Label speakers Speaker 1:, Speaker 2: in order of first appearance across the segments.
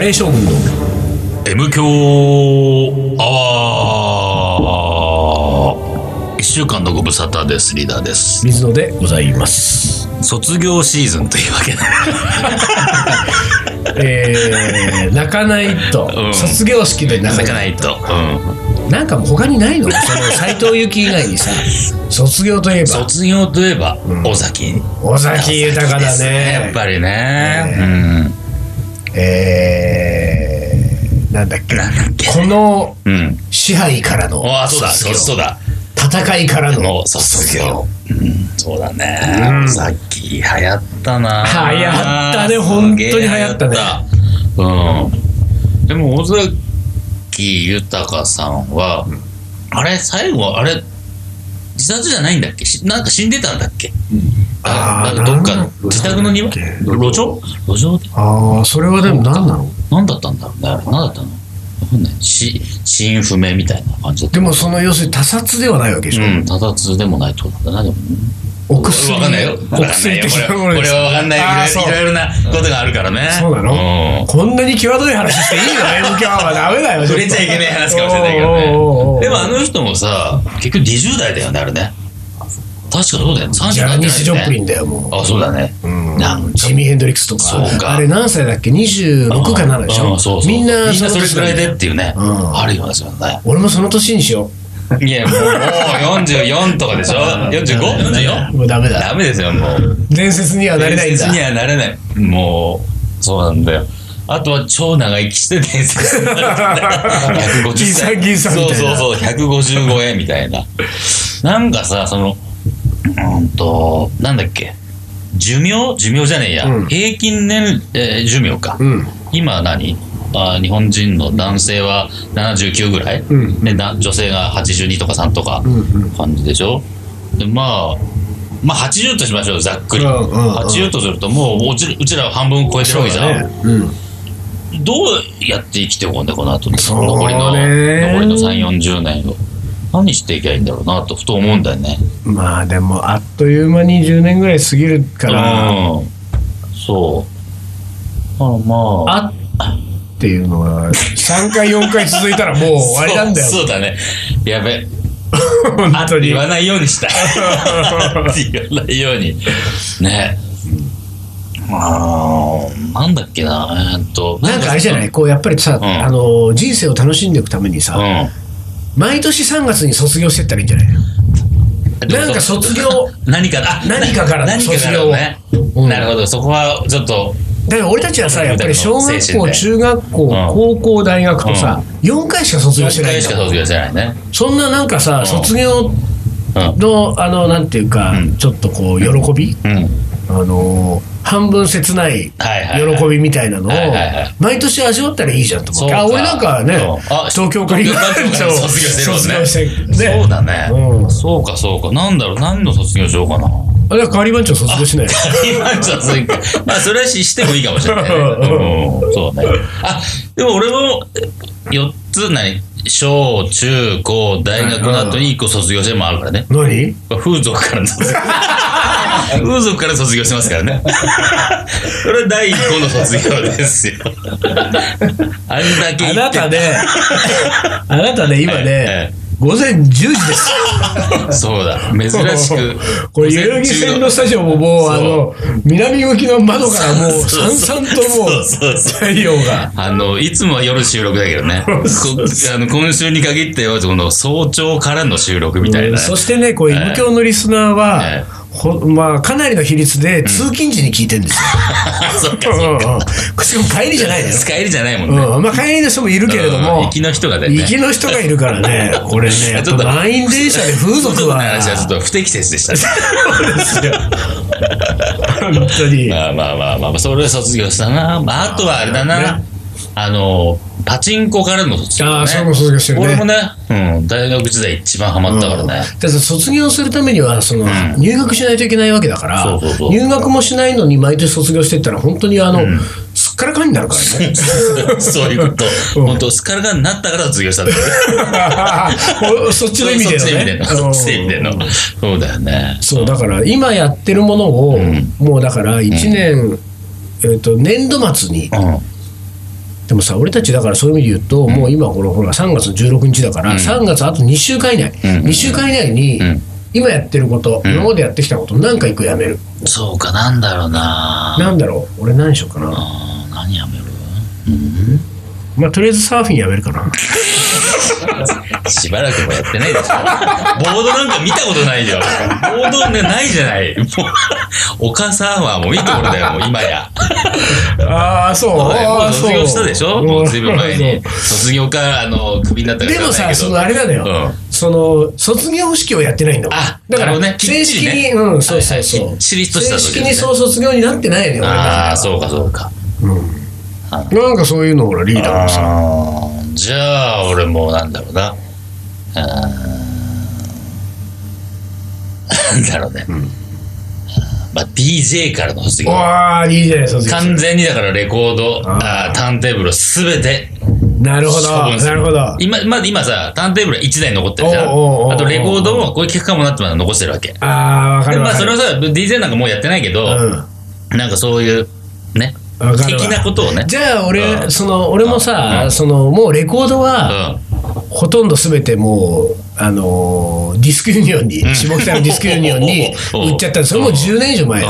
Speaker 1: レー将軍の
Speaker 2: M 強アワー一週間のご無沙汰ですリーダーです
Speaker 1: 水野でございます。
Speaker 2: 卒業シーズンというわけで
Speaker 1: えー、泣かないと、
Speaker 2: うん
Speaker 1: 卒業式で泣
Speaker 2: 泣
Speaker 1: か
Speaker 2: か
Speaker 1: な。
Speaker 2: ないいと、うん
Speaker 1: なんかもう他にないのその斎藤由貴以外にさ、卒業といえば、
Speaker 2: 卒業といえば尾崎、
Speaker 1: 尾崎豊だ
Speaker 2: ですや
Speaker 1: ね
Speaker 2: っ。ぱりね、
Speaker 1: えー、なんだっけ。
Speaker 2: うんなんだっけ
Speaker 1: この
Speaker 2: うん
Speaker 1: 支配からの
Speaker 2: ああそうだ
Speaker 1: 卒
Speaker 2: そう
Speaker 1: 業
Speaker 2: だそうだ
Speaker 1: 戦いから
Speaker 2: も
Speaker 1: の
Speaker 2: う
Speaker 1: 卒
Speaker 2: 卒
Speaker 1: 業
Speaker 2: 業。うんそうだね、
Speaker 1: うん
Speaker 2: さっき流行ったな
Speaker 1: 流行ったね本当に流行ったね
Speaker 2: すげえ流行ったうんでも尾崎豊さんは、あれ最後あれ自殺じゃないんだっけしなんか死んでたんだっけ
Speaker 1: あ
Speaker 2: あ
Speaker 1: ー
Speaker 2: なんかどっか
Speaker 1: なん
Speaker 2: の
Speaker 1: だ
Speaker 2: 自宅の庭
Speaker 1: なんだっけ
Speaker 2: 路上路上で
Speaker 1: ああ、それはでも何なの
Speaker 2: 何だったんだろうねあれ何だったのわかんないし死因不明みたいな感じだった
Speaker 1: でもその要するに他殺ではないわけでしょ、
Speaker 2: うん、ただつでもないってことなんだなでもね
Speaker 1: お薬
Speaker 2: わかんないよ。わかん
Speaker 1: お
Speaker 2: ない
Speaker 1: 薬
Speaker 2: よ。
Speaker 1: 的
Speaker 2: これ
Speaker 1: なもの
Speaker 2: こ
Speaker 1: で
Speaker 2: れ
Speaker 1: す
Speaker 2: はわかんない
Speaker 1: あー
Speaker 2: いろいろ。いろいろなことがあるからね。
Speaker 1: そうなの、
Speaker 2: ん
Speaker 1: こんなに際どい話していいのね今日はダメだよ
Speaker 2: 触れちゃいけない話かもしれないけど
Speaker 1: おーおーおーお
Speaker 2: ね。
Speaker 1: ー
Speaker 2: でもあの人もさ、結局20代だよね、あれね。確かそうだよ。30代
Speaker 1: ジャニーズ・ジョップリン
Speaker 2: ン。
Speaker 1: だよも
Speaker 2: あ、そうだね。
Speaker 1: う、うん
Speaker 2: なんか
Speaker 1: ジミー・ヘンドリックスとか
Speaker 2: そうか
Speaker 1: あれ何歳だっけ26か7でし
Speaker 2: うんう
Speaker 1: ょ
Speaker 2: んそうそう
Speaker 1: みんな
Speaker 2: みんなそれくらいでっていうね。
Speaker 1: うん
Speaker 2: あるよね、それね。
Speaker 1: 俺もその年にしよ
Speaker 2: いや、もうもう44とかでしょ ?45?44?
Speaker 1: うもうダメだ
Speaker 2: ダメですよ、もう。
Speaker 1: 伝説にはなれないん
Speaker 2: 伝説に
Speaker 1: だ
Speaker 2: はなれない。もう、そうなんだよ。あとは超長生きして伝 説になるみたいな150
Speaker 1: 銀さん銀さんみ
Speaker 2: そう
Speaker 1: たい
Speaker 2: そ
Speaker 1: な
Speaker 2: うそう、155円みたいな。なんかさ、その、うーんと、なんだっけ。寿命寿命じゃねえや。
Speaker 1: うん
Speaker 2: 平均年、えー寿命か。
Speaker 1: うん
Speaker 2: 今何あー日本人の男性は79ぐらい、
Speaker 1: ん
Speaker 2: でな女性が82とか3とか
Speaker 1: うんうん
Speaker 2: 感じでしょ、でまあまあ80としましょうざっくり、
Speaker 1: うんうんうん
Speaker 2: 80とするともううちうちらは半分超えてるわけじゃん、
Speaker 1: うん
Speaker 2: どうやって生きていこうねこの後
Speaker 1: そうね
Speaker 2: 残りの残りの3 4 0年を何していけばいいんだろうなとふと思うんだよね
Speaker 1: まあでもあっという間に10年ぐらい過ぎるから、
Speaker 2: うんそうだからまあ
Speaker 1: あっていうのが3回4回続いたらもう終わりなんだよ
Speaker 2: そうそうだねやべあ
Speaker 1: 本
Speaker 2: っ
Speaker 1: 当
Speaker 2: て
Speaker 1: に
Speaker 2: 言わないよう にしたいあって言わないようにねあーなんだっけなえーっと
Speaker 1: なんかあれじゃないこうやっぱりさ、
Speaker 2: ん
Speaker 1: あの人生を楽しんでいくためにさ、
Speaker 2: う
Speaker 1: 毎年3月に卒業してったらいいんじゃない
Speaker 2: ん
Speaker 1: なんか卒業
Speaker 2: 何かあ
Speaker 1: 何かからの
Speaker 2: 何か
Speaker 1: 卒
Speaker 2: から
Speaker 1: 業
Speaker 2: のね
Speaker 1: うん
Speaker 2: なるほどそこはちょっと
Speaker 1: だから俺たちはさやっぱり小
Speaker 2: 精
Speaker 1: 学
Speaker 2: 神
Speaker 1: 校
Speaker 2: で
Speaker 1: 中学校、
Speaker 2: ん
Speaker 1: 高校大学とさ、4回しか卒業して
Speaker 2: 4
Speaker 1: ない
Speaker 2: 回
Speaker 1: ん
Speaker 2: し
Speaker 1: だ
Speaker 2: か
Speaker 1: よ
Speaker 2: 卒業してないね
Speaker 1: そんななんかさ、
Speaker 2: うん
Speaker 1: 卒業
Speaker 2: うん
Speaker 1: のあのなんていうか、
Speaker 2: うん
Speaker 1: ちょっとこう喜び、
Speaker 2: うん
Speaker 1: あのー半分切ない
Speaker 2: はいはいはい
Speaker 1: 喜びみたいなのを
Speaker 2: はいはいはい
Speaker 1: 毎年味わったらいいじゃんと思って、
Speaker 2: そうか
Speaker 1: あ俺なんかね
Speaker 2: うんあ
Speaker 1: 東京カリバン
Speaker 2: 東京カリバン
Speaker 1: を
Speaker 2: 卒業してるもんね
Speaker 1: 卒業して
Speaker 2: そうだね
Speaker 1: うん
Speaker 2: そうかそうかなんだろう何の卒業しようかな
Speaker 1: あれはカリバン長卒業しない
Speaker 2: 今じゃついまあそれはししてもいいかもしれない、ね。うん、そうね。あ、でも俺も4つ何小、中、高、大学の後に1個卒業してもあるからね。
Speaker 1: 何
Speaker 2: 風俗から の卒業。風俗から卒業してますからね。それは第1個の卒業 ですよ。あんだけ言って
Speaker 1: あなたねあなたね今ね
Speaker 2: ええ
Speaker 1: 午前10時です。
Speaker 2: そうだ。珍しく
Speaker 1: これ代々木線のスタジオももうあの南向きの窓からもう
Speaker 2: そ
Speaker 1: さん
Speaker 2: う
Speaker 1: さんともう
Speaker 2: そうそうそう
Speaker 1: 太陽が
Speaker 2: あの、いつもは夜収録だけど ね。こあの今週に限っては、この早朝からの収録みたいな。
Speaker 1: そしてねこう「
Speaker 2: え
Speaker 1: イ
Speaker 2: え
Speaker 1: ブ教のリスナーは、
Speaker 2: ええ
Speaker 1: ほまあ、かなりの比率で通勤時に聞いてるんですよ。
Speaker 2: あ そっか、
Speaker 1: うん
Speaker 2: そっ
Speaker 1: うん
Speaker 2: か。
Speaker 1: しかも帰りじゃないのよ。
Speaker 2: 使えるじゃないもんね。
Speaker 1: うん、まあ帰りの人もいるけれど
Speaker 2: うん
Speaker 1: も、
Speaker 2: 行きの人がだよね。
Speaker 1: 行きの人がいるからね、これね、やっ
Speaker 2: ちょ
Speaker 1: ぱ
Speaker 2: っと
Speaker 1: 満員電車で風俗
Speaker 2: の
Speaker 1: は、
Speaker 2: 話はちょっと不適切でしたね。
Speaker 1: 本当に。
Speaker 2: まあまあまあまあまあ、それで卒業したな。まあ、あとはあれだな
Speaker 1: ね。
Speaker 2: あの、パチンコからの卒業、ね。
Speaker 1: あーそれも卒業してるね
Speaker 2: 俺もね、うん、大学時代一番ハマったからね。
Speaker 1: だって卒業するためにはその、入学しないといけないわけだから
Speaker 2: そうそうそう
Speaker 1: 入学もしないのに毎年卒業してったら本当にあの、すっからかんになるから ね
Speaker 2: そういうこと。
Speaker 1: うん
Speaker 2: 本当スカルガンになったから卒業したんだよね。
Speaker 1: おそっちの意味で
Speaker 2: そっちの意味で
Speaker 1: のね
Speaker 2: の。そっちの意味で
Speaker 1: うん
Speaker 2: の。そうだよね。
Speaker 1: そうだから今やってるものを、もうだから1年、えっと年度末に
Speaker 2: うん。
Speaker 1: でもさ俺たちだからそういう意味で言うと、もう今このほら3月の16日だから、3月あと2週間以内、
Speaker 2: ん
Speaker 1: 2週間以内に、
Speaker 2: ん
Speaker 1: 今やってること、今までやってきたこと何か一個やめる、
Speaker 2: そうか、なんだろうな。
Speaker 1: なんだろう俺何しようかな、
Speaker 2: あー何やめる
Speaker 1: まあとりあえずサーフィンやめるか な
Speaker 2: しばらくもやってな いでしょ。ボードなんか見たことないよ。ボードね、ないじゃない。もう、お母さんはもういいところだよ、もう今や。
Speaker 1: ああそう
Speaker 2: も
Speaker 1: あ
Speaker 2: う
Speaker 1: ー
Speaker 2: 卒業したでしょ
Speaker 1: うん
Speaker 2: もう随分前に
Speaker 1: そ。
Speaker 2: 卒業か、あの、クビになった
Speaker 1: う
Speaker 2: か
Speaker 1: でも
Speaker 2: わかんな
Speaker 1: さ
Speaker 2: いけど
Speaker 1: そのあれなのよ、
Speaker 2: う
Speaker 1: その卒業式をやってないんだもん
Speaker 2: あ
Speaker 1: だから、
Speaker 2: なるほどねきっちり
Speaker 1: 正
Speaker 2: ね
Speaker 1: 式に、うんそうそうそう、
Speaker 2: はいはいきっちりとし
Speaker 1: 正
Speaker 2: た時
Speaker 1: 式
Speaker 2: ですね
Speaker 1: にそう卒業になってないのよ俺たち
Speaker 2: ああ、そうか、そうか。
Speaker 1: なんかそういうのほらリーダーもさ
Speaker 2: あーじゃあ、俺もなんだろうな。うーんなんだろうね。まあ、DJ からの卒業。
Speaker 1: わあいいじゃない卒業
Speaker 2: 完全にだからレコード、
Speaker 1: あー
Speaker 2: あーターンテーブルすべて
Speaker 1: なるほど
Speaker 2: 処分す
Speaker 1: な
Speaker 2: る。
Speaker 1: るほど
Speaker 2: 今、まず今さ、ターンテーブルは1台残ってるじゃ
Speaker 1: お
Speaker 2: ん。
Speaker 1: うおうおうおう
Speaker 2: あとレコードも、こういう結果もなってまだ残してるわけ。
Speaker 1: ああわか
Speaker 2: で
Speaker 1: る
Speaker 2: ま
Speaker 1: わ
Speaker 2: あ、
Speaker 1: か
Speaker 2: そ
Speaker 1: る
Speaker 2: れはさ、DJ なんかもうやってないけど、
Speaker 1: う
Speaker 2: なんかそういう、ね、
Speaker 1: んわかる
Speaker 2: 的な
Speaker 1: わ
Speaker 2: ことをね。
Speaker 1: じゃあ
Speaker 2: う
Speaker 1: 俺
Speaker 2: ん
Speaker 1: その俺も
Speaker 2: う
Speaker 1: さ
Speaker 2: ん
Speaker 1: そのもうレコードは
Speaker 2: うん。
Speaker 1: ほとんど全てもうあのーディスクユニオンに
Speaker 2: ん
Speaker 1: 下北のディスクユニオンに
Speaker 2: おうおうおう
Speaker 1: 売っちゃったそれもう10年以上前
Speaker 2: う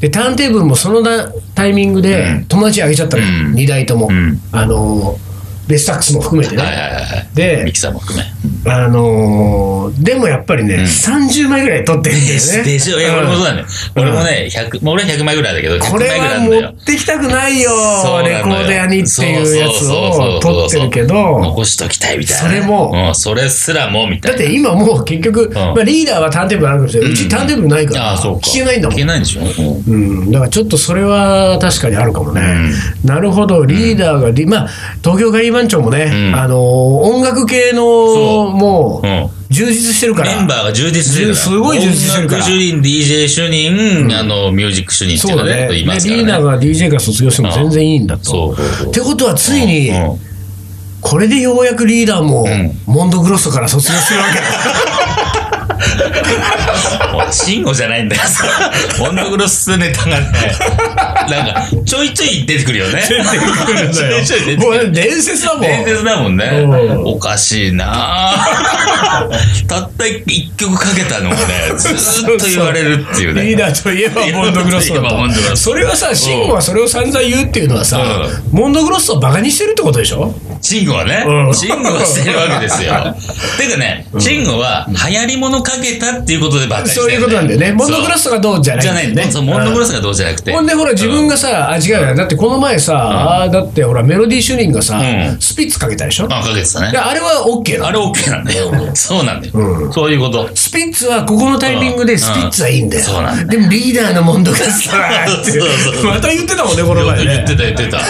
Speaker 1: でターンテーブルもそのなタイミング
Speaker 2: う
Speaker 1: で友達にあげちゃったの
Speaker 2: うん
Speaker 1: 2台とも
Speaker 2: うん
Speaker 1: あのーベスタックスも含めて
Speaker 2: ん。はいは
Speaker 1: ね
Speaker 2: いはいはい。
Speaker 1: で
Speaker 2: ミキサーも含め。
Speaker 1: あのーでもやっぱりね、
Speaker 2: ん
Speaker 1: 30枚ぐらい取ってるんだよね。
Speaker 2: でしょいや、
Speaker 1: うん
Speaker 2: 俺もそうなんだよ。
Speaker 1: ん
Speaker 2: 俺もね、100、まあ俺は100枚ぐらいだけど、100
Speaker 1: これ
Speaker 2: 枚ぐらい
Speaker 1: は
Speaker 2: なんだよ
Speaker 1: 持。ってきたくないよ
Speaker 2: そうなのよ
Speaker 1: レコード屋にっていうやつを取ってるけど
Speaker 2: 残しときたいみたいな。
Speaker 1: それも
Speaker 2: うん、それすらも、みたい
Speaker 1: だ
Speaker 2: な。
Speaker 1: って今もう結局、まあ、リーダーはターンテーブルあるかもしれない、うちターンテーブルないから
Speaker 2: ああ、そう
Speaker 1: 聞
Speaker 2: か。
Speaker 1: けないんだも
Speaker 2: 聞
Speaker 1: ん
Speaker 2: けないんでしょうん
Speaker 1: うん、だからちょっとそれは確かにあるかもね、なるほどリーダーがリ、まあ、東京外番長もね、
Speaker 2: うん
Speaker 1: あのー音楽系
Speaker 2: そ
Speaker 1: の
Speaker 2: う
Speaker 1: もう、
Speaker 2: うん
Speaker 1: 充実してるから
Speaker 2: メンバーが充実してるから。
Speaker 1: すごい充実してるから
Speaker 2: 音楽主任、DJ 主任、あの、ミュージック主任ってい
Speaker 1: そうう
Speaker 2: の
Speaker 1: だ
Speaker 2: ね、
Speaker 1: ね
Speaker 2: と言い
Speaker 1: ね
Speaker 2: ますか
Speaker 1: リーダ
Speaker 2: ら
Speaker 1: ー
Speaker 2: ね。
Speaker 1: が DJ から卒業しても全然いいんだと、
Speaker 2: そうそうそう
Speaker 1: ってことはついに、
Speaker 2: うん
Speaker 1: これでようやくリーダーも、
Speaker 2: ん
Speaker 1: モンドグロッソから卒業するわけだ
Speaker 2: もう慎吾じゃないんだよ。 モンドグロスネタがね、なんか、ちょいちょい出てくるよね。ちょい ちょい出てく
Speaker 1: も
Speaker 2: る。
Speaker 1: う伝説だもん
Speaker 2: 伝説だもんね
Speaker 1: う。
Speaker 2: おかし いなぁたった一曲かけたのがね、ずーっと言われるっていう
Speaker 1: リー
Speaker 2: ね。
Speaker 1: ダーといえばモンドグロッソだ
Speaker 2: リーダーといえばモンドグロッ
Speaker 1: と
Speaker 2: ソ
Speaker 1: それはさ慎吾はそれを散々言うっていうのはさ、
Speaker 2: う
Speaker 1: モンドグロッソをバカにしてるってことでしょ
Speaker 2: 慎吾はね
Speaker 1: うん、
Speaker 2: 慎吾はしてるわけ ですよ。てかね、慎吾は流行り物かけたっていうことでばっかりして
Speaker 1: そういうことなんだよねモンドグロッソがどうじゃない
Speaker 2: じゃないね。そうモンドグロスがどうじゃなくて。
Speaker 1: ほんでほら自分がさ、あ違うよだってこの前さ、あーだってほらメロディー主任がさ、
Speaker 2: うん
Speaker 1: スピッツかけたでしょ、
Speaker 2: あ、かけてた
Speaker 1: で
Speaker 2: ね。
Speaker 1: あれは OK なの
Speaker 2: あれ OK なんだよ。そうなんだ
Speaker 1: う
Speaker 2: よ。そういうこと。
Speaker 1: スピッツはここのタイミングでスピッツはいいんだよ、
Speaker 2: うんそうなんだよ
Speaker 1: でもリーダーのモンドグロッソはって
Speaker 2: そうそうそう
Speaker 1: また言ってたもんねこの前
Speaker 2: 言っ
Speaker 1: ね
Speaker 2: てた言ってた。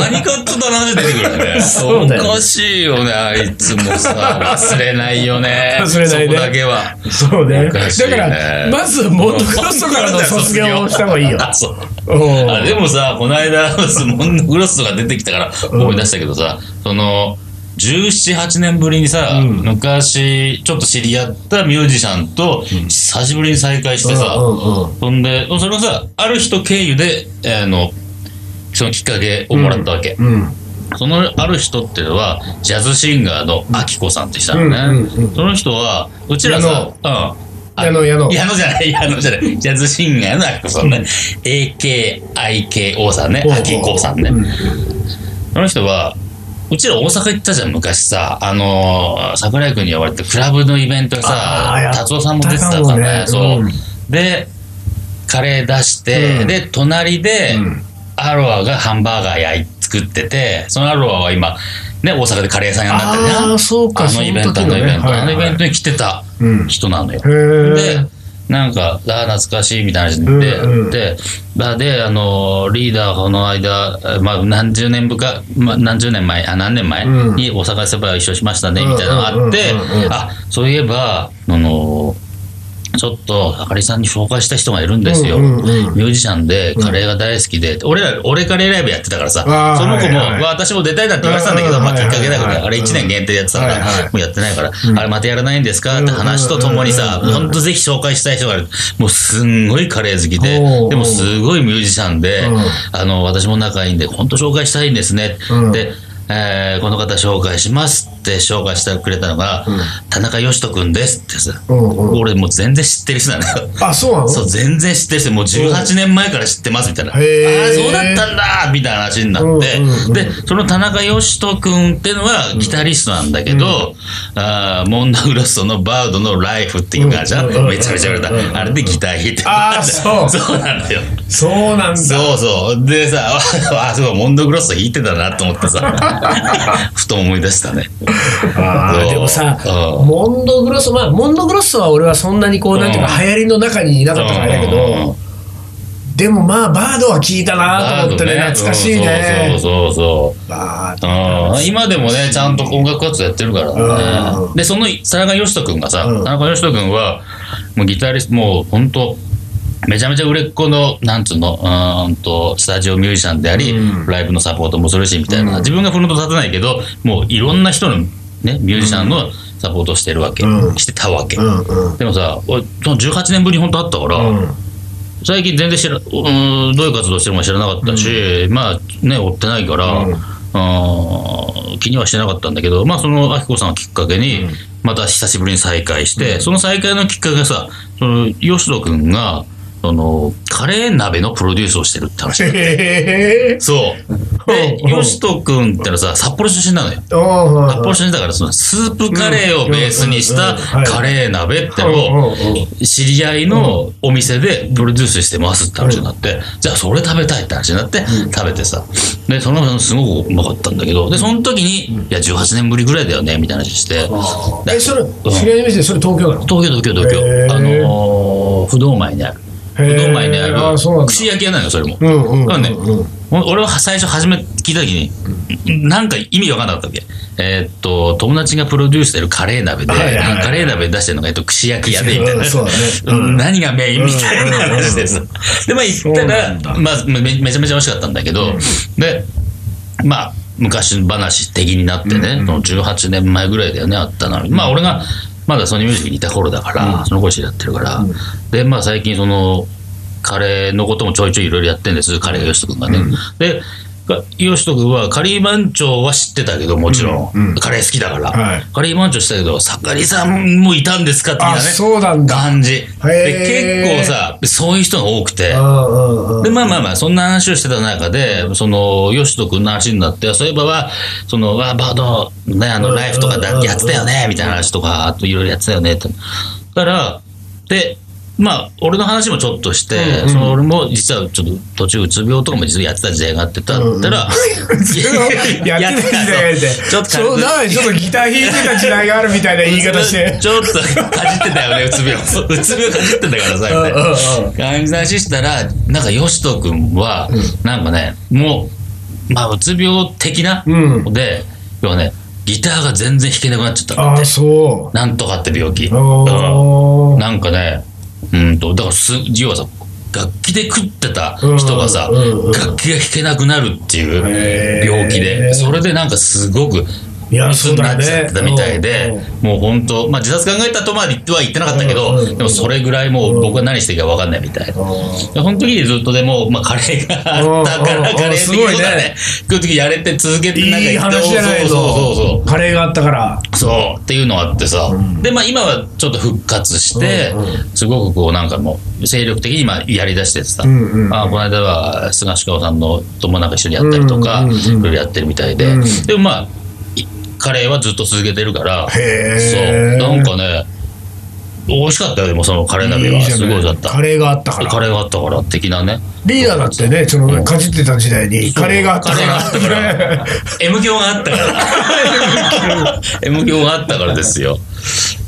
Speaker 2: 何かっつった話出てくるよね。
Speaker 1: そうだよね
Speaker 2: おかしいよね、あいつもさ。忘れないよね。
Speaker 1: 忘れないね
Speaker 2: そこだけは。
Speaker 1: そうね
Speaker 2: おかしい
Speaker 1: だ
Speaker 2: ね
Speaker 1: からまずモンドグロッソからの卒業をした方がいいよ
Speaker 2: あそう
Speaker 1: うん
Speaker 2: あでもさ、この間、 モンドグロスが出てきたから思い出したけどさ、その、17、8年ぶりにさ、
Speaker 1: うん
Speaker 2: 昔、ちょっと知り合ったミュージシャンと、久しぶりに再会してさ、
Speaker 1: うんうんうん
Speaker 2: そんで、それがさ、ある人経由で、あの、そのきっかけをもらったわけ。
Speaker 1: うん
Speaker 2: そのある人っていうのは、ジャズシンガーのアキコさんって人なのね。
Speaker 1: うんうんうん
Speaker 2: その人は、うちらさ、うん。あ
Speaker 1: 矢野矢野
Speaker 2: 矢野じゃない、矢野じゃない。ジャズシンガーのアキコさんね。AKIKO さんね。
Speaker 1: おうおう
Speaker 2: アキコさんね。その人は、うちら大阪行ったじゃん、昔さ。あのー、桜井君に呼ばれて、クラブのイベントに
Speaker 1: あーやっ、
Speaker 2: さ達夫さんも出てたからね。
Speaker 1: たかも
Speaker 2: そう
Speaker 1: ね。
Speaker 2: で、カレー出して、
Speaker 1: うん
Speaker 2: で、隣で、
Speaker 1: ん
Speaker 2: アロアがハンバーガー焼い作ってて、そのアロアは今、ね、大阪でカレー屋さん屋になってるね。
Speaker 1: あーそうか
Speaker 2: あのイベント、
Speaker 1: そ
Speaker 2: あ
Speaker 1: の時のね
Speaker 2: のイベント、
Speaker 1: はいはい
Speaker 2: あのイベントに来てた
Speaker 1: うん
Speaker 2: 人なのよ。
Speaker 1: へ
Speaker 2: で
Speaker 1: え、
Speaker 2: なんか、ああ、懐かしいみたいな話になって、
Speaker 1: うんうん
Speaker 2: で、だで、あの、リーダーがこの間、えまあ、何十年ぶか、まあ、何十年前、あ、何年前
Speaker 1: うん
Speaker 2: に大阪セバ一緒しましたね、みたいなのがあって
Speaker 1: うんうんうんうんうん、
Speaker 2: あ、そういえば、あの、ちょっと、あかりさんに紹介した人がいるんですよ。
Speaker 1: うんうんうん
Speaker 2: ミュージシャンで、カレーが大好きで、俺ら、俺カレーライブやってたからさ、
Speaker 1: あー
Speaker 2: その子も、
Speaker 1: はいはい
Speaker 2: わ私も出たいなって言われてたんだけど、
Speaker 1: うんうん
Speaker 2: まあ、きっかけだか
Speaker 1: はいはいは
Speaker 2: ら、
Speaker 1: い
Speaker 2: あれ1年限定でやってたから、
Speaker 1: はいはい
Speaker 2: もうやってないから、あれまたやらないんですかって話とともにさ、
Speaker 1: うんうんうんうん
Speaker 2: ほんとぜひ紹介したい人がいる。もう、すんごいカレー好きで
Speaker 1: おう、
Speaker 2: でもすごいミュージシャンで
Speaker 1: うん、
Speaker 2: あの、私も仲いいんで、ほんと紹介したいんですね
Speaker 1: うん。
Speaker 2: でえーこの方紹介しますって紹介してくれたのが、田中義人君ですってさ、
Speaker 1: うんうん
Speaker 2: 俺もう全然知ってる人なんだよ。
Speaker 1: あそうなの
Speaker 2: そう、全然知ってる人、もう18年前から知ってますみたいな。ああ
Speaker 1: へー
Speaker 2: ー、そうだったんだみたいな話になって、
Speaker 1: うんうんうん
Speaker 2: で、その田中義人君っていうのはギタリストなんだけど、あーモンダグロストのバードのライフっていう感じだ、
Speaker 1: うんうんうんうん
Speaker 2: めちゃめちゃ売れた。あれでギター弾いて
Speaker 1: あーそう
Speaker 2: そうなんだよ。
Speaker 1: そうなんだ
Speaker 2: そうそう。でさ、 あ、あそう、モンドグロスト弾いてたなと思ってさ、ふと思い出したね。
Speaker 1: あ
Speaker 2: そ
Speaker 1: ー
Speaker 2: う
Speaker 1: でもさ
Speaker 2: うん
Speaker 1: モンドグロッソまあモンドグロッソは俺はそんなにこうなんていうか
Speaker 2: うん
Speaker 1: 流行りの中にいなかったからあれだけ
Speaker 2: う
Speaker 1: ど
Speaker 2: ん
Speaker 1: でもまあバードは聞いたなと思ってね懐かしい
Speaker 2: うん
Speaker 1: ね
Speaker 2: そうそうそうそう。
Speaker 1: バード
Speaker 2: うん今でもね、ちゃんと音楽活動やってるから
Speaker 1: う
Speaker 2: ね。で、その田中義人君がさ、
Speaker 1: うん
Speaker 2: 田中義人君は、もうギタリスト、もう本当めちゃめちゃ売れっ子の、なんつうの、うーんと、スタジオミュージシャンであり、
Speaker 1: うん
Speaker 2: ライブのサポートもするし、みたいな、
Speaker 1: うん
Speaker 2: 自分がフロント立たないけど、もういろんな人の、ね、ミュージシャンのサポートをしてるわけ、
Speaker 1: うん
Speaker 2: してたわけ。
Speaker 1: うんうん
Speaker 2: でもさ、俺、その18年ぶりに本当会ったから、
Speaker 1: うん
Speaker 2: 最近全然知ら、うーん、どういう活動してるのか知らなかったし、まあね、追ってないから、
Speaker 1: うん
Speaker 2: あー気にはしてなかったんだけど、まあその、あきこさんをきっかけに、
Speaker 1: うん
Speaker 2: また久しぶりに再会して、その再会のきっかけがさ、その、吉野くんが、その、カレー鍋のプロデュースをしてるって話。
Speaker 1: へえ
Speaker 2: そう。で、
Speaker 1: うん
Speaker 2: 吉野くんってのはさ、札幌出身なのよ。札幌出身だから、その、スープカレーをベースにし
Speaker 1: う
Speaker 2: た
Speaker 1: んうんうんはい
Speaker 2: カレー鍋ってのを、
Speaker 1: う
Speaker 2: 知り合いのお店でプロデュースしてますって話になって、じゃあそれ食べたいって話になって食べてさ、でその辺すごくうまかったんだけどでその時に、いや18年ぶりぐらいだよねみたいな話して、
Speaker 1: んえそれ知り合いの店それ東京なの
Speaker 2: 東京東京東
Speaker 1: へー
Speaker 2: 京あのー不動前にある不動前にある
Speaker 1: へーあそうなんだ
Speaker 2: 串焼き屋なのよそれも、
Speaker 1: うんうんうん
Speaker 2: だからね
Speaker 1: うん
Speaker 2: お俺は最初初め聞いた時に、なんか意味わかんなかったわけ。えーっと、友達がプロデュースしてるカレー鍋で、
Speaker 1: はいはいはい
Speaker 2: カレー鍋出してるのが、えっと、串焼き屋で、みたいな。
Speaker 1: うんそうだねうん
Speaker 2: うん何がメインみたいな話でさ。で、まあ行った
Speaker 1: そうなんだ
Speaker 2: ら、まあめ、めちゃめちゃ美味しかったんだけど、で、まあ、昔話的になってね、その18年前ぐらいだよね、あったのに。まあ、俺が、まだソニーミュージックにいた頃だから、その頃知り合ってるから、で、まあ、最近その、カレーのこともちょいちょいいろいろやってんです、カレー吉人君がね。で、が吉人君は、カリー番長は知ってたけど、もちろん、
Speaker 1: うんうん
Speaker 2: カレー好きだから、
Speaker 1: はい
Speaker 2: カリー番長したけど、さかりさんもいたんですかって言
Speaker 1: あ
Speaker 2: ったね。
Speaker 1: そうなんだ
Speaker 2: 感じ。
Speaker 1: へー
Speaker 2: で、結構さ、そういう人が多くて
Speaker 1: う、んうんうん
Speaker 2: で、まあまあまあ、そんな話をしてた中で、その、吉人君の話になって、そういえばは、その、わあ、バード、ね、あ
Speaker 1: う
Speaker 2: の、
Speaker 1: ん
Speaker 2: ライフとか
Speaker 1: うん
Speaker 2: だやってたよね、みたいな話とか、あといろいろやってたよね、って。だから、で、まあ、俺の話もちょっとして、
Speaker 1: うんうん
Speaker 2: その俺も実はちょっと途中うつ病とかも実はやってた時代があってたったら、
Speaker 1: やってた時代 があって
Speaker 2: ちょっと
Speaker 1: そ
Speaker 2: 軽
Speaker 1: う
Speaker 2: く
Speaker 1: なんでちょっとギター弾いてた時代があるみたいな言い方して
Speaker 2: ちょっとかじってたよね、うつ病。うつ病かじってたからさ、みたいな感じの話したら、なんか、吉人くんは、なんかね、もう、まあ、うつ病的な、
Speaker 1: うん
Speaker 2: で、要はね、ギターが全然弾けなくなっちゃったの
Speaker 1: ああそう
Speaker 2: なんとかって病気。うん
Speaker 1: あ
Speaker 2: なんかね、うんと、だからす、要はさ、楽器で食ってた人がさ、
Speaker 1: うんうんうん
Speaker 2: 楽器が弾けなくなるってい
Speaker 1: へー
Speaker 2: う病気で、それでなんかすごく、
Speaker 1: いや
Speaker 2: 鬱になっちゃってたみたい
Speaker 1: そうだ
Speaker 2: で
Speaker 1: ね、
Speaker 2: もう本当、まあ自殺考えたとまで言っては言ってなかったけ
Speaker 1: うんうんう
Speaker 2: ど、
Speaker 1: ん
Speaker 2: でもそれぐらいもう僕は何していいか分かんないみたい
Speaker 1: あ
Speaker 2: な。でその時にずっとでも、まあ、カレーがあったか
Speaker 1: う
Speaker 2: ら、
Speaker 1: ん
Speaker 2: カレー
Speaker 1: す
Speaker 2: 的
Speaker 1: ごいね
Speaker 2: ことはね、こういう時やれて続けて、なんか
Speaker 1: いい話じゃないの
Speaker 2: そうそうそうそう。
Speaker 1: カレーがあったから
Speaker 2: そうっていうのがあってさ、でまあ今はちょっと復活して、
Speaker 1: うんう
Speaker 2: すごくこうなんかもう精力的に今やりだしててさ、
Speaker 1: うんうんうん
Speaker 2: あこの間は菅氏川さんのともなんか一緒にやったりとか、
Speaker 1: うんうんうん
Speaker 2: いろいろやってるみたいで、
Speaker 1: うん
Speaker 2: でもまあいカレーはずっと続けてるから
Speaker 1: へー
Speaker 2: そうなんかね美味しかったよでもそのカレー鍋はすごい美味しかった
Speaker 1: カレーがあったから
Speaker 2: カレーがあったから的なね
Speaker 1: リーダーだってねそのかじってた時代に
Speaker 2: そう
Speaker 1: カレーがあったから
Speaker 2: カレーがあったから M 響があったから M 響があったからですよ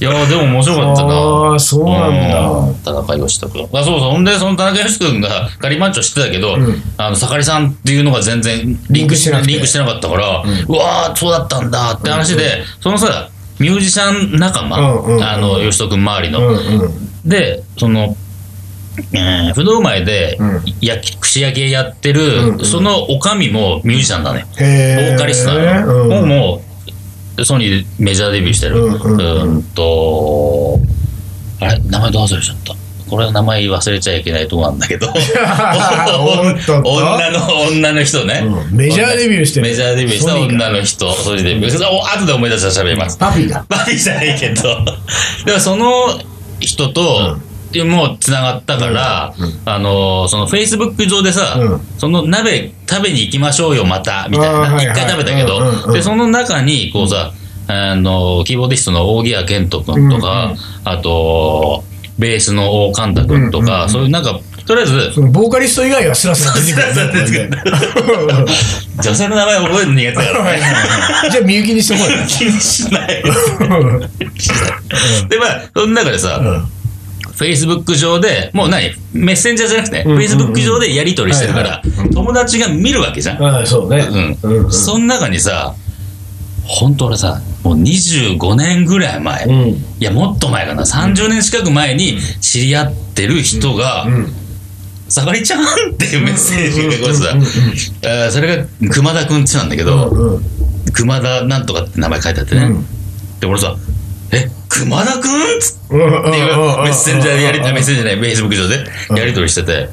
Speaker 2: いやーでも面白かったな
Speaker 1: ああそうなんだ
Speaker 2: うん田中義人君あそうそうほんでその田中義人君がカリマンチョ知ってたけど、
Speaker 1: ん
Speaker 2: あの盛りさんっていうのが全然リンクして
Speaker 1: リンクしてなくて
Speaker 2: リンクしてなかったから、うわーそうだったんだって話で、そのさミュージシャン仲間、
Speaker 1: うんうんうん
Speaker 2: あの、吉く君周りの。
Speaker 1: うんうん
Speaker 2: で、その、えー不動前で
Speaker 1: うん
Speaker 2: 焼き、串焼きやってる、
Speaker 1: うんうん
Speaker 2: そのおかみもミュージシャンだね。ボ
Speaker 1: へー
Speaker 2: ーカリストなの、もうもうソニーでメジャーデビューしてる、
Speaker 1: う
Speaker 2: うん
Speaker 1: うんうん
Speaker 2: ーんとあれ名前どう忘れちゃったこれは名前忘れちゃいけないとこなんだ けど
Speaker 1: おっとっと
Speaker 2: 女の女の人ね、
Speaker 1: うんメジャーデビューしてる
Speaker 2: メジャーデビューした女の人ソニーデビューしたお後で思い出したら喋ります
Speaker 1: パフィーだ
Speaker 2: バディじゃないけど でもその人と、でもうつながったから、
Speaker 1: うんうん
Speaker 2: あのそのフェイスブック上でさ、
Speaker 1: うん
Speaker 2: その鍋食べに行きましょうよまたみたい
Speaker 1: あー
Speaker 2: な
Speaker 1: はい
Speaker 2: 一、
Speaker 1: はい
Speaker 2: 回食べたけど、
Speaker 1: うんうんうん
Speaker 2: でその中にこうさあのキーボーディストの扇谷健人君とか、
Speaker 1: うんう
Speaker 2: あとベースの大神田君と
Speaker 1: う
Speaker 2: か、
Speaker 1: んうんうん
Speaker 2: そういうなんかとりあえず
Speaker 1: そのボーカリスト以外はスラスラ出てくるねこれね
Speaker 2: 女性の名前覚えるの苦手だ からね
Speaker 1: じゃあみゆきにしてこいよ
Speaker 2: 気にしないでまあその中でさ、フェイスブック上で、もう何メッセンジャーじゃなくて、
Speaker 1: んうん
Speaker 2: フェイスブック上でやり取りしてるか
Speaker 1: は
Speaker 2: ら、友達が見るわけじゃん。
Speaker 1: ああそうね
Speaker 2: うん。
Speaker 1: うん
Speaker 2: その中にさ、本当俺さ、もう25年ぐらい前、
Speaker 1: う
Speaker 2: い
Speaker 1: ん
Speaker 2: や、もっと前かな、30年近く前に知り合ってる人が、
Speaker 1: うん
Speaker 2: さがりちゃんっていうメッセージがこれさ
Speaker 1: うんうん、
Speaker 2: あーそれが熊田くんってなんだけど、
Speaker 1: うん
Speaker 2: 熊田なんとかって名前書いてあってね。
Speaker 1: うん
Speaker 2: で、俺さ、え、熊田くんっつ
Speaker 1: っ
Speaker 2: って。っていうメッセンジャーでやり、あメッセンジャーじゃない、フェイスブック上でやり取りしてて、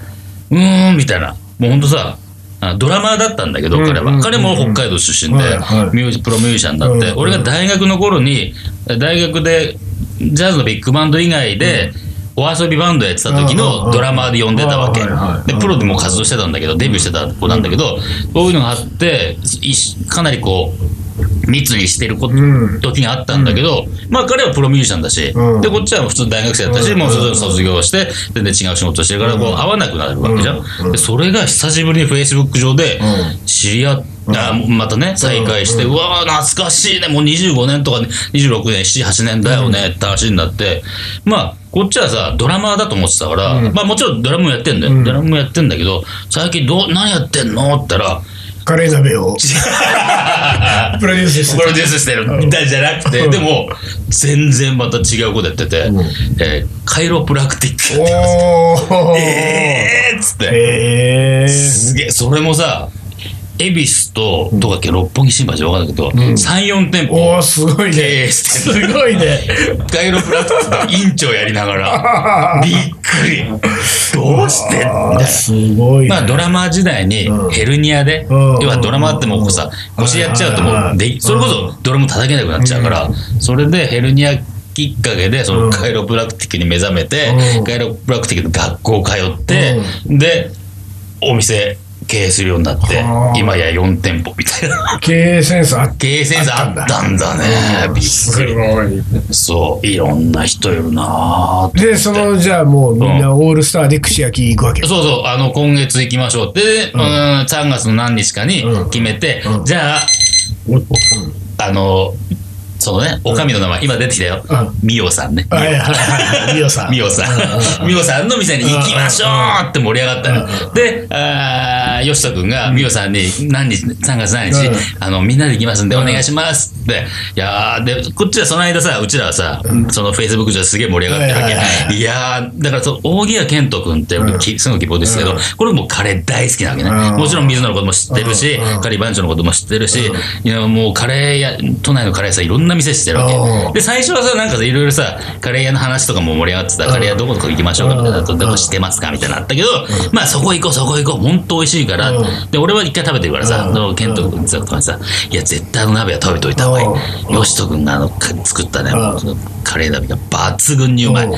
Speaker 2: うーん、みたいな。もうほんとさ、あドラマーだったんだけど、
Speaker 1: うん
Speaker 2: 彼
Speaker 1: うんうん
Speaker 2: は。彼も北海道出身で
Speaker 1: はいはい、
Speaker 2: ミュージプロミュージシャンになっ
Speaker 1: う
Speaker 2: て、
Speaker 1: ん
Speaker 2: 俺が大学の頃に、大学でジャズのビッグバンド以外で、お遊びバンドやってた時のドラマーで呼んでたわけ
Speaker 1: うんうんうんはいはい。
Speaker 2: で、プロでも活動してたんだけど、デビューしてた子なんだけど、そういうのがあって、いしかなりこう、密にしてること
Speaker 1: うん
Speaker 2: 時があったんだけど、まあ彼はプロミュージシャンだし、
Speaker 1: うん
Speaker 2: でこっちは普通大学生だったし、
Speaker 1: うん
Speaker 2: もうそれぞれ卒業して全然違う仕事してるからこう会わなくなるわけじゃん、
Speaker 1: うん
Speaker 2: でそれが久しぶりにフェイスブック上で
Speaker 1: う
Speaker 2: 知り合っあまたね再会して、うわー懐かしいねもう25年とか、ね、26年78年だよねって話になってまあこっちはさドラマーだと思ってたから、まあもちろんドラムもやってんだよ、ドラムもやってんだけど最近どう何やってんのって言ったら
Speaker 1: カレー鍋をプロデュースして
Speaker 2: プロデュースしてるみたいじゃなくて、でも、全然また違うことやってて
Speaker 1: うん、
Speaker 2: えーカイロプラクティックやってます。
Speaker 1: おお
Speaker 2: えーっつって、
Speaker 1: へえ
Speaker 2: すげえ、それもさ、恵比寿と、とかっけ六本木新橋わかんないけど、3、4店
Speaker 1: お
Speaker 2: 舗
Speaker 1: お、すごい
Speaker 2: 経
Speaker 1: ね
Speaker 2: 営
Speaker 1: す
Speaker 2: してる。
Speaker 1: ごいね
Speaker 2: カイロプラクティックの院長やりな がら、びっくり。どうしてみたいな
Speaker 1: すごい
Speaker 2: まあ、ドラマー時代に
Speaker 1: うん
Speaker 2: ヘルニアで、
Speaker 1: うん
Speaker 2: 要はドラマーってもうさ、
Speaker 1: うん
Speaker 2: 腰やっちゃうとも
Speaker 1: うん
Speaker 2: うで、それこそドラム叩けなくなっちゃうから、それでヘルニアきっかけで、そ
Speaker 1: うん
Speaker 2: のカイロプラクティックに目覚めて
Speaker 1: うん、
Speaker 2: カイロプラクティックの学校通って、で、お店経営するようになって
Speaker 1: は、あ
Speaker 2: 今や4店舗みた いな。
Speaker 1: 経営センスあっ
Speaker 2: 経営センスあったんだね。びっくり。
Speaker 1: い
Speaker 2: そう、いろんな人いるなぁと
Speaker 1: でそのじゃあもうみんなオールスターで串焼き行くわけ
Speaker 2: そうそう、あの、今月行きましょうって、うん、3月の何日かに
Speaker 1: うん
Speaker 2: 決めて、
Speaker 1: うん
Speaker 2: じゃあ、
Speaker 1: おっと
Speaker 2: あの、そのね、おかみの名前、今出てきたよ
Speaker 1: う。
Speaker 2: みおさんね。
Speaker 1: はいはいはいミオさん
Speaker 2: みおさん。みおさんの店に行きましょうって盛り上がったの。で、あーよしとくんがみおさんに何日、3月何日
Speaker 1: うん、
Speaker 2: あの、みんなで行きますんでお願いしますって。いやーで、こっちはその間さ、うちらはさ、その Facebook 上すげえ盛り上がってるわ
Speaker 1: はいはいは
Speaker 2: け。いやーだからその、大木谷健人くんって俺き、すごい希望ですけど、これもうカレー大好きなわけね。
Speaker 1: うん
Speaker 2: もちろん水野のことも知ってるし
Speaker 1: うん、
Speaker 2: カリー番長のことも知ってるし、いやもうカレー屋、都内のカレー屋さんいろんな店してるわ
Speaker 1: うん
Speaker 2: け。で、最初はさ、なんかさ、いろいろさ、カレー屋の話とかも盛り上がってた、カレー屋どことか行きましょうかみたいな、どこ知ってますかみたいなのあったけど、まあそこ行こう、そこ行こう、ほんと美味しいから
Speaker 1: うん、
Speaker 2: で、俺は一回食べてるから
Speaker 1: う
Speaker 2: さ
Speaker 1: ん、
Speaker 2: どうケント君とかさ、いや、絶対あの鍋は食べといた方がいい。ヨシト君があの、か作ったね、
Speaker 1: うん
Speaker 2: そのカレー鍋が抜群にうまい
Speaker 1: う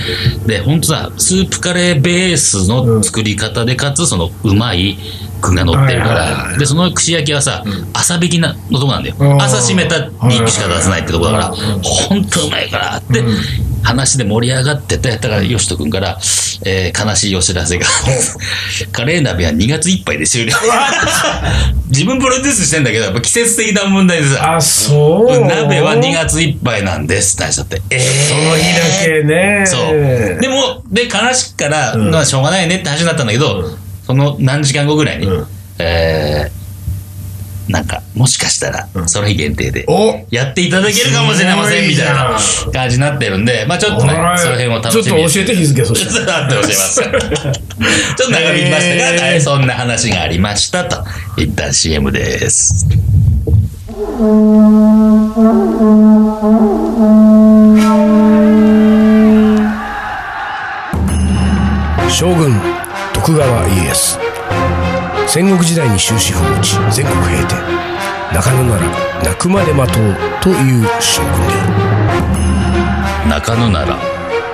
Speaker 1: ん。
Speaker 2: で、ほんとさ、スープカレーベースの作り方で、かつその、うまい具が乗ってるか
Speaker 1: はいはいはい
Speaker 2: ら、で、その串焼きはさ、朝引きなのとこなんだよ
Speaker 1: うん。
Speaker 2: 朝閉めた肉しか出さないってとこだから、
Speaker 1: うん
Speaker 2: 本当うまいからって、話で盛り上がってて、だから、よしとくんから、えー悲しいお知らせが、カレー鍋は2月いっぱいで終了。 自分プロデュースしてんだけど、やっぱ季節的な問題でさ、
Speaker 1: あそう
Speaker 2: 鍋は2月いっぱいなんですって話だって。えー、
Speaker 1: その日だけね
Speaker 2: そう。でも、で、悲しくから、
Speaker 1: ん
Speaker 2: まあ、しょうがないねって話になったんだけど、その何時間後ぐらいに、
Speaker 1: うん
Speaker 2: えなんか、もしかしたら、その日限定で、
Speaker 1: お
Speaker 2: やっていただけるかもしれません、みたいな感じになってるんで、まあちょっと
Speaker 1: お
Speaker 2: ね、
Speaker 1: い
Speaker 2: その辺を楽し
Speaker 1: ちょ
Speaker 2: み
Speaker 1: っ
Speaker 2: に
Speaker 1: と教えて日付そ
Speaker 2: ちょっ
Speaker 1: し
Speaker 2: と待って教えます。ちょっと長引きましたが、
Speaker 1: えー
Speaker 2: はいそんな話がありましたと。一旦 CM です。
Speaker 1: た将軍徳川家康戦国時代に終止符を打ち全国平定中野なら泣くまで待とうという将軍である
Speaker 2: 中野なら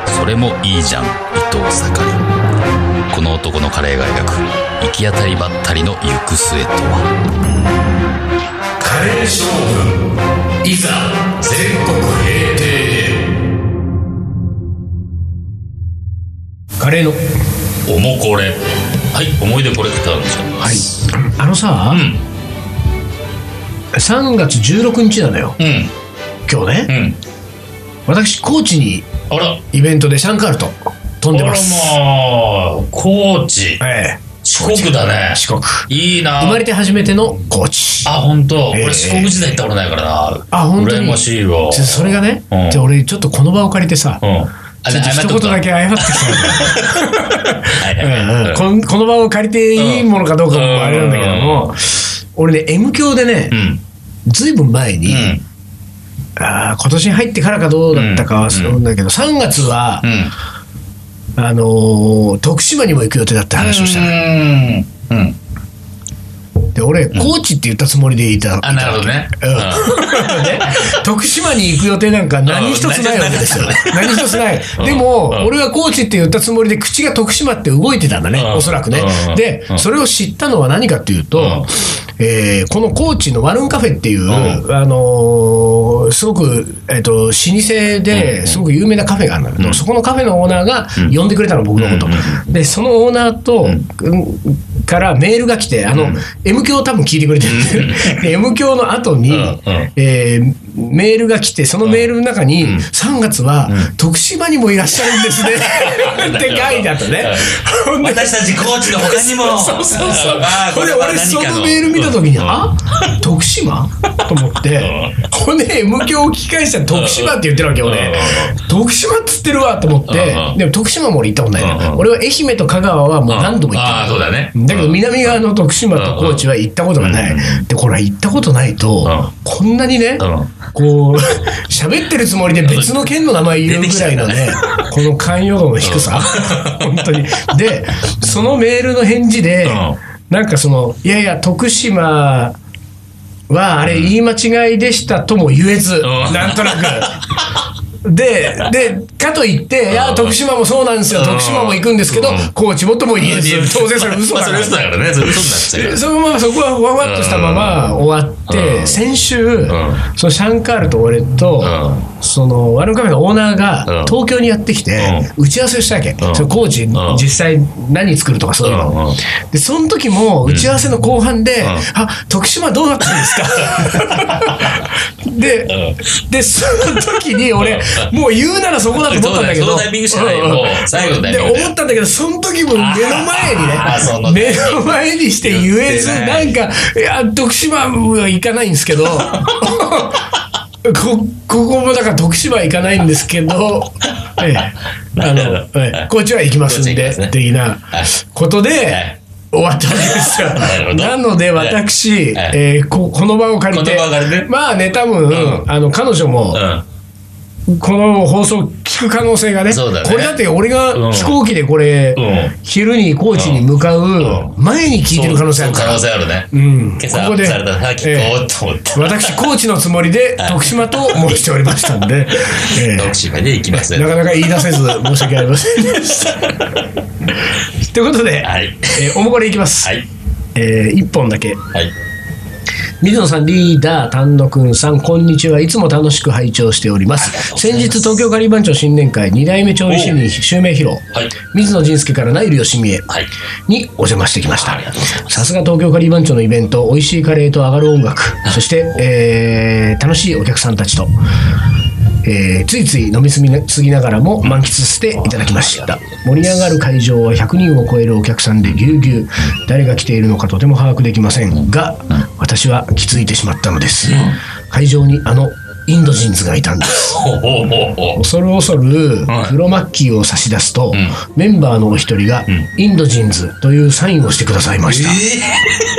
Speaker 2: それもいいじゃん伊藤盛この男のカレーが描く行き当たりばったりの行く末とは
Speaker 1: カレー将軍いざ全国平定カレーの
Speaker 2: おもこれはい思い出コレクターのちゃんです
Speaker 1: あのさ、3月16日なのよ
Speaker 2: うん
Speaker 1: 今日ね、
Speaker 2: うんうん
Speaker 1: 私高知に
Speaker 2: あら
Speaker 1: イベントでシャンカールと飛んでます
Speaker 2: あらまあ高知
Speaker 1: ええ
Speaker 2: 四国だね
Speaker 1: 四国
Speaker 2: いいな
Speaker 1: 生まれて初めての高知
Speaker 2: あ本当、
Speaker 1: ええ
Speaker 2: 俺四国時代行ったことないからな
Speaker 1: あ本当に
Speaker 2: 羨ましいわ
Speaker 1: でそれがね、
Speaker 2: うん
Speaker 1: で俺ちょっとこの場を借りてさ、
Speaker 2: うんあ
Speaker 1: ちょっと一言だけ
Speaker 2: は
Speaker 1: 謝ってさ
Speaker 2: いはいはい
Speaker 1: こんこの場を借りていいものかどうかもあれなんだけども、俺ね M 教でね
Speaker 2: う、ん
Speaker 1: ずいぶん前に、
Speaker 2: うん
Speaker 1: あー今年に入ってからかどうだったかはするんだけど、3月は
Speaker 2: う、ん
Speaker 1: あのー徳島にも行く予定だって話をしたの、
Speaker 2: うんうん
Speaker 1: で俺高知って言ったつもりでいた、
Speaker 2: あ、なるほどね。
Speaker 1: うんね 徳島に行く予定なんか何一つないわけ ですよ、何一つない、でも、
Speaker 2: うん
Speaker 1: 俺は高知って言ったつもりで、口が徳島って動いてたんだね、
Speaker 2: うん
Speaker 1: おそらくね、
Speaker 2: うん
Speaker 1: で
Speaker 2: うん
Speaker 1: それを知ったのは何かというと、えーこの高知のワルンカフェっていう、
Speaker 2: う
Speaker 1: あのーすごく、えっと老舗ですごく有名なカフェがあるんだけど、そこのカフェのオーナーが呼んでくれたの、僕のこと。
Speaker 2: うんうん
Speaker 1: でそのオーナーと、うんからメールが来てあの、M 教多分聞いてくれてる、で M 教の後に、
Speaker 2: うんうん
Speaker 1: えーメールが来てそのメールの中に、3月は、徳島にもいらっしゃるん ですねって書いてあったね。ほんで
Speaker 2: 私たちコーチの他にも。
Speaker 1: そうそうそう
Speaker 2: あ。ー
Speaker 1: ほんで
Speaker 2: これは
Speaker 1: 俺
Speaker 2: 何
Speaker 1: そ
Speaker 2: か
Speaker 1: のメール見た時に、
Speaker 2: うん
Speaker 1: あ徳島 と思って、ほんで M 響を聞き返したら徳島って言ってるわけよ
Speaker 2: う
Speaker 1: ね
Speaker 2: ん。
Speaker 1: 徳島っつってるわと思っ
Speaker 2: うんう
Speaker 1: て
Speaker 2: ん、
Speaker 1: でも徳島も俺行ったことない
Speaker 2: うんう
Speaker 1: ね。
Speaker 2: ん
Speaker 1: 俺は愛媛と香川はもう何度も行ったの。
Speaker 2: ああ、そうだね。
Speaker 1: だけど南側の徳島と高知は行ったことがな
Speaker 2: うん
Speaker 1: い。で、これは行ったことないと
Speaker 2: うん、
Speaker 1: こんなにね
Speaker 2: うん、
Speaker 1: こう、喋ってるつもりで別の県の名前言うぐらいのね
Speaker 2: 出て、
Speaker 1: この寛容度の低さ。本当に。で、そのメールの返事で
Speaker 2: うん、
Speaker 1: なんかその、いやいや、徳島、はあれ言い間違いでしたとも言えず、
Speaker 2: ん
Speaker 1: なんとなく。で、で、かといって、いや、徳島もそうなんですよ、
Speaker 2: うん
Speaker 1: 徳島も行くんですけど
Speaker 2: うん、
Speaker 1: 高知もとも言えず、当然それ嘘だ
Speaker 2: ま
Speaker 1: か
Speaker 2: あそ
Speaker 1: ら
Speaker 2: れ。嘘だからね。それ嘘になっ
Speaker 1: で
Speaker 2: ち
Speaker 1: そのままそこはわわっとしたまま終わって、
Speaker 2: うん
Speaker 1: 先週、
Speaker 2: ん
Speaker 1: そのシャンカールと俺と、
Speaker 2: う
Speaker 1: そのワルンカフェのオーナー
Speaker 2: う
Speaker 1: が
Speaker 2: ん
Speaker 1: 東京にやってきて、打ち合わせをしたわけ、
Speaker 2: ん
Speaker 1: その工事、
Speaker 2: ん
Speaker 1: 実際何作るとかそういうの、
Speaker 2: うんうん
Speaker 1: でその時も打ち合わせの後半で、
Speaker 2: ん
Speaker 1: あ徳島どうなったんですか で、でその時に俺、もう言うならそこだと思ったんだけど
Speaker 2: そうだねそのタイミングしかないよもう最後のタイミングだよ
Speaker 1: で思ったんだけどその時も目の前にね
Speaker 2: あーその
Speaker 1: 目の前にして言えず
Speaker 2: 言って
Speaker 1: な
Speaker 2: なんい
Speaker 1: かいや徳島は行かないんですけど こここもだから徳島は行かないんですけど、ええ、あの、ええ、こっちは行きますん
Speaker 2: こっちは行きま
Speaker 1: です
Speaker 2: ね
Speaker 1: 的なこと
Speaker 2: い
Speaker 1: で終わったわけです よ
Speaker 2: るほ。ど
Speaker 1: なので私、
Speaker 2: はい
Speaker 1: えーここの場を借りて
Speaker 2: この場を借りて
Speaker 1: まあね多分、
Speaker 2: う
Speaker 1: あの彼女も、
Speaker 2: ゃう。
Speaker 1: この放送聞く可能性がね
Speaker 2: そうだね
Speaker 1: これだって俺が
Speaker 2: うん
Speaker 1: 飛行機でこれ、
Speaker 2: うん
Speaker 1: 昼に高知に向かう前に聞いてる可能性あるか
Speaker 2: 可
Speaker 1: ら
Speaker 2: 能性あるね。
Speaker 1: ん
Speaker 2: 今朝
Speaker 1: こ
Speaker 2: ア
Speaker 1: こ
Speaker 2: ッ
Speaker 1: で
Speaker 2: プされたら、さっきこ
Speaker 1: ええ
Speaker 2: うと思って。
Speaker 1: 私高知のつもりで徳島と申しておりましたん で、え
Speaker 2: 徳島で行きます
Speaker 1: え。なかなか言い出せず申し訳ありませんで した。ということで、
Speaker 2: はい。
Speaker 1: えーおもこれいきます、
Speaker 2: はい。
Speaker 1: え1本だけ
Speaker 2: はい。
Speaker 1: 水野さんリーダー丹野くんさんこんにちはいつも楽しく拝聴しておりま
Speaker 2: ありがとう
Speaker 1: す
Speaker 2: ござい
Speaker 1: 先
Speaker 2: ます
Speaker 1: 日東京ガリバン町新年会2代目調理主任襲名披露、
Speaker 2: はい
Speaker 1: 水野仁介からナイルよしみへ
Speaker 2: はい。
Speaker 1: にお邪魔してきました
Speaker 2: ありがとうござい
Speaker 1: さすが東京カリー番長のイベント美味 しいカレーと上がる音楽そして、えー楽しいお客さんたちと、えーついつい飲みすぎなすぎながらも満喫していただきました盛り上がる会場は100人を超えるお客さんでぎゅうぎゅう誰が来ているのかとても把握できませんが私は気づいてしまったのです会場にあのインド人ズがいたんです
Speaker 2: ほうほうほうほう
Speaker 1: 恐る恐る
Speaker 2: はい
Speaker 1: 黒マッキーを差し出すと、
Speaker 2: ん
Speaker 1: メンバーのお一人が、インド人ズというサインをしてくださいました、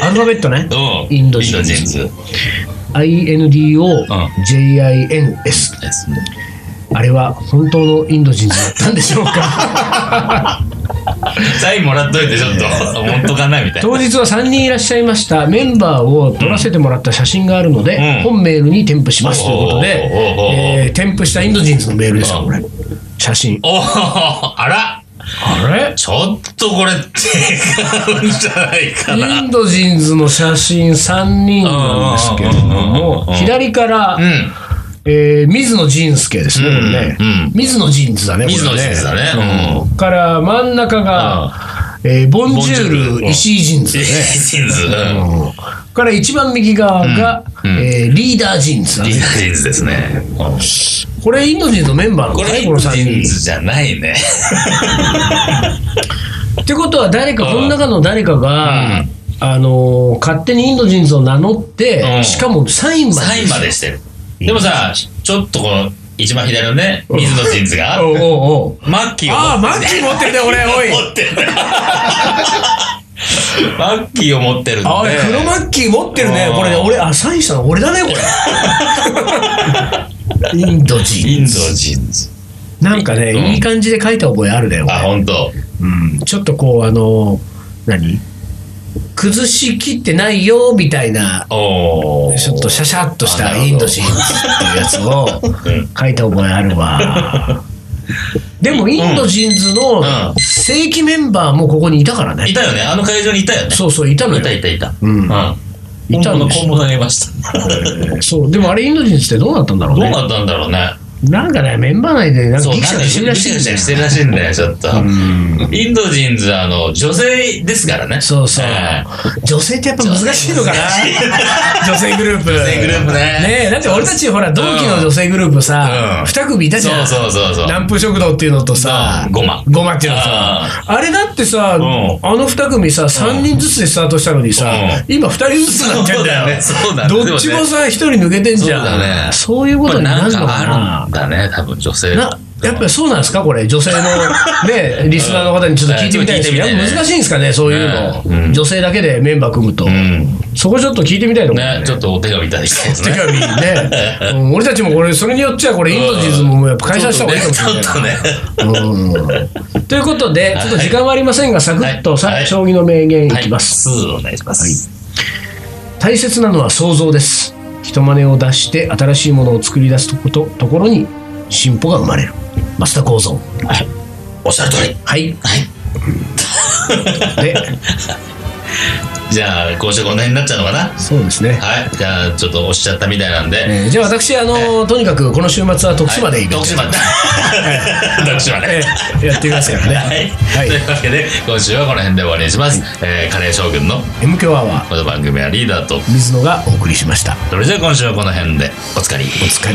Speaker 1: アルファベットね
Speaker 2: うん
Speaker 1: インド人
Speaker 2: インド人
Speaker 1: INDOJINS、
Speaker 2: です
Speaker 1: あれは本当のインド人ズだったんでしょう か
Speaker 2: サインもらっといてちょっと本当かなみたいな
Speaker 1: 当日は3人いらっしゃいましたメンバーを撮らせてもらった写真があるので、
Speaker 2: うん
Speaker 1: 本メールに添付しますということで、
Speaker 2: おーおーおーおー
Speaker 1: えー添付したインド人ズのメールですよこれ写真
Speaker 2: おおあら
Speaker 1: あれ
Speaker 2: ちょっとこれ違うんじゃないかな
Speaker 1: インド人ズの写真3人なんですけれど
Speaker 2: うんうんうんうんう
Speaker 1: も、
Speaker 2: ん
Speaker 1: 左から、
Speaker 2: うん
Speaker 1: えー水野仁介ですね、これね
Speaker 2: うんうん。
Speaker 1: 水野仁ズだね、これ
Speaker 2: 水野仁だね
Speaker 1: うんから真ん中が、えーボンジュール石井仁ズ
Speaker 2: イン
Speaker 1: ね。
Speaker 2: ド人
Speaker 1: う
Speaker 2: うん
Speaker 1: んから一番右側が、
Speaker 2: うん
Speaker 1: えーリーダー仁ズだ
Speaker 2: イン
Speaker 1: ね。
Speaker 2: ド人ですねうん
Speaker 1: これインド人のメンバーなん
Speaker 2: こ
Speaker 1: だ
Speaker 2: れ
Speaker 1: ね、
Speaker 2: イ
Speaker 1: こ
Speaker 2: ンド
Speaker 1: の3
Speaker 2: 人
Speaker 1: 人。
Speaker 2: じゃないね
Speaker 1: ってことは誰か、
Speaker 2: うん
Speaker 1: この中の誰かが、
Speaker 2: うん
Speaker 1: あのー勝手にインド人ズを名乗って、
Speaker 2: うん
Speaker 1: しかもサインまで
Speaker 2: サインまでしてるでもさちょっとこう一番左のね水野人ズが
Speaker 1: おうおうおう
Speaker 2: マッキーを
Speaker 1: ああ、マッキー持ってるね、俺、お い。
Speaker 2: 持ってんだよマッキーを持ってるんで
Speaker 1: あい、黒マッキー持ってるね
Speaker 2: う。ん
Speaker 1: これね、俺、あ、サインしたの俺だね、こ れ。インド
Speaker 2: イ
Speaker 1: 人。
Speaker 2: ンド人ズ
Speaker 1: なんかね、
Speaker 2: うん
Speaker 1: いい感じで書いた覚えあるね、
Speaker 2: あ
Speaker 1: 俺。
Speaker 2: 本当。
Speaker 1: うんちょっとこう、あの、何崩しきってないよ、みたいな、
Speaker 2: おお
Speaker 1: ちょっとシャシャっとし
Speaker 2: あな
Speaker 1: た
Speaker 2: るほど
Speaker 1: インド人って いうやつを
Speaker 2: うん
Speaker 1: 書いた覚えあるわ。でも、インド人ズの
Speaker 2: うん
Speaker 1: 正規メンバーもここにいたから
Speaker 2: い
Speaker 1: ね。
Speaker 2: たよねあの会場にいたよね
Speaker 1: そうそう、いたの
Speaker 2: いた
Speaker 1: よ。
Speaker 2: いたいた
Speaker 1: うん
Speaker 2: うん
Speaker 1: いた
Speaker 2: 本
Speaker 1: ん
Speaker 2: 物
Speaker 1: ですよ
Speaker 2: 本物がいました
Speaker 1: そう、でもあれインド人ってどうなったんだろう
Speaker 2: どう
Speaker 1: ね。
Speaker 2: なったんだろうね
Speaker 1: なんかね、メンバー内でなんか
Speaker 2: そう
Speaker 1: ギクシャクしてるらしいんだよ
Speaker 2: してるらしいんだよちょっと
Speaker 1: うん
Speaker 2: インド人ズあの女性ですからね
Speaker 1: そうそう
Speaker 2: え。
Speaker 1: 女性ってやっぱ難しいのかな
Speaker 2: 女
Speaker 1: 女性グループ。女
Speaker 2: 性グループね
Speaker 1: ねえ、だって俺たちほら、同期の女性グループさ
Speaker 2: う、ん
Speaker 1: 二組いた
Speaker 2: え
Speaker 1: じゃ
Speaker 2: そ
Speaker 1: ん。
Speaker 2: うそうそうそう
Speaker 1: 南風食堂っていうのとさ
Speaker 2: うん、ゴマ
Speaker 1: ゴマっていうのさ、あれだってさ、あ
Speaker 2: ん
Speaker 1: の二組さ、三人ずつでスタートしたのにさ
Speaker 2: うん、
Speaker 1: 今二人ずつになってんだよ。
Speaker 2: そうだねそうだ
Speaker 1: ど
Speaker 2: ね
Speaker 1: っちもさ、一人抜けてんじゃん。
Speaker 2: そうだね
Speaker 1: そういうことにな
Speaker 2: な
Speaker 1: る
Speaker 2: ん
Speaker 1: のか
Speaker 2: か
Speaker 1: な
Speaker 2: あるん。だね多分女性
Speaker 1: なやっぱりそうなんですかこれ女性 のねリスナーの方にちょっと聞いてみたいですけど
Speaker 2: うん
Speaker 1: やっぱ難しいんですかねそういうの、
Speaker 2: ねうん
Speaker 1: 女性だけでメンバー組むと、
Speaker 2: うん
Speaker 1: そこちょっと聞いてみたいと思う
Speaker 2: ねちょっとお手紙いただきたいです
Speaker 1: 手
Speaker 2: ね
Speaker 1: 紙ね、うん俺たちもこれそれによっちゃこれインド人ズももうやっぱ解散した方がいいかもしれない
Speaker 2: ちょっとねちょっとね
Speaker 1: うんということで、ちょっと時間はありませんが、サクッとさ、
Speaker 2: はい
Speaker 1: 将棋の名言いきます、
Speaker 2: はい、お願いします。
Speaker 1: 大切なのは想像です。人真似を出して新しいものを作り出すことところに進歩が生まれる。増田幸三。
Speaker 2: おっしゃる通り。
Speaker 1: はい。
Speaker 2: はい。
Speaker 1: で、
Speaker 2: じゃあ、今週この辺になっちゃうのかな
Speaker 1: そうですね。
Speaker 2: はい。じゃあ、ちょっと押しちゃったみたいなんで。
Speaker 1: えーじゃあ私、あのーとにかくこの週末は徳島でイベント
Speaker 2: 徳島。 徳島
Speaker 1: え
Speaker 2: ね。
Speaker 1: ーやってみますからね。
Speaker 2: はい、
Speaker 1: はい
Speaker 2: というわけで今週はこの辺で終わりにします、えーカレー将軍の
Speaker 1: M 強アワー、
Speaker 2: この番組はリーダーと
Speaker 1: 水野がお送りしました。
Speaker 2: それじゃあ今週はこの辺でおつかり
Speaker 1: お疲れ。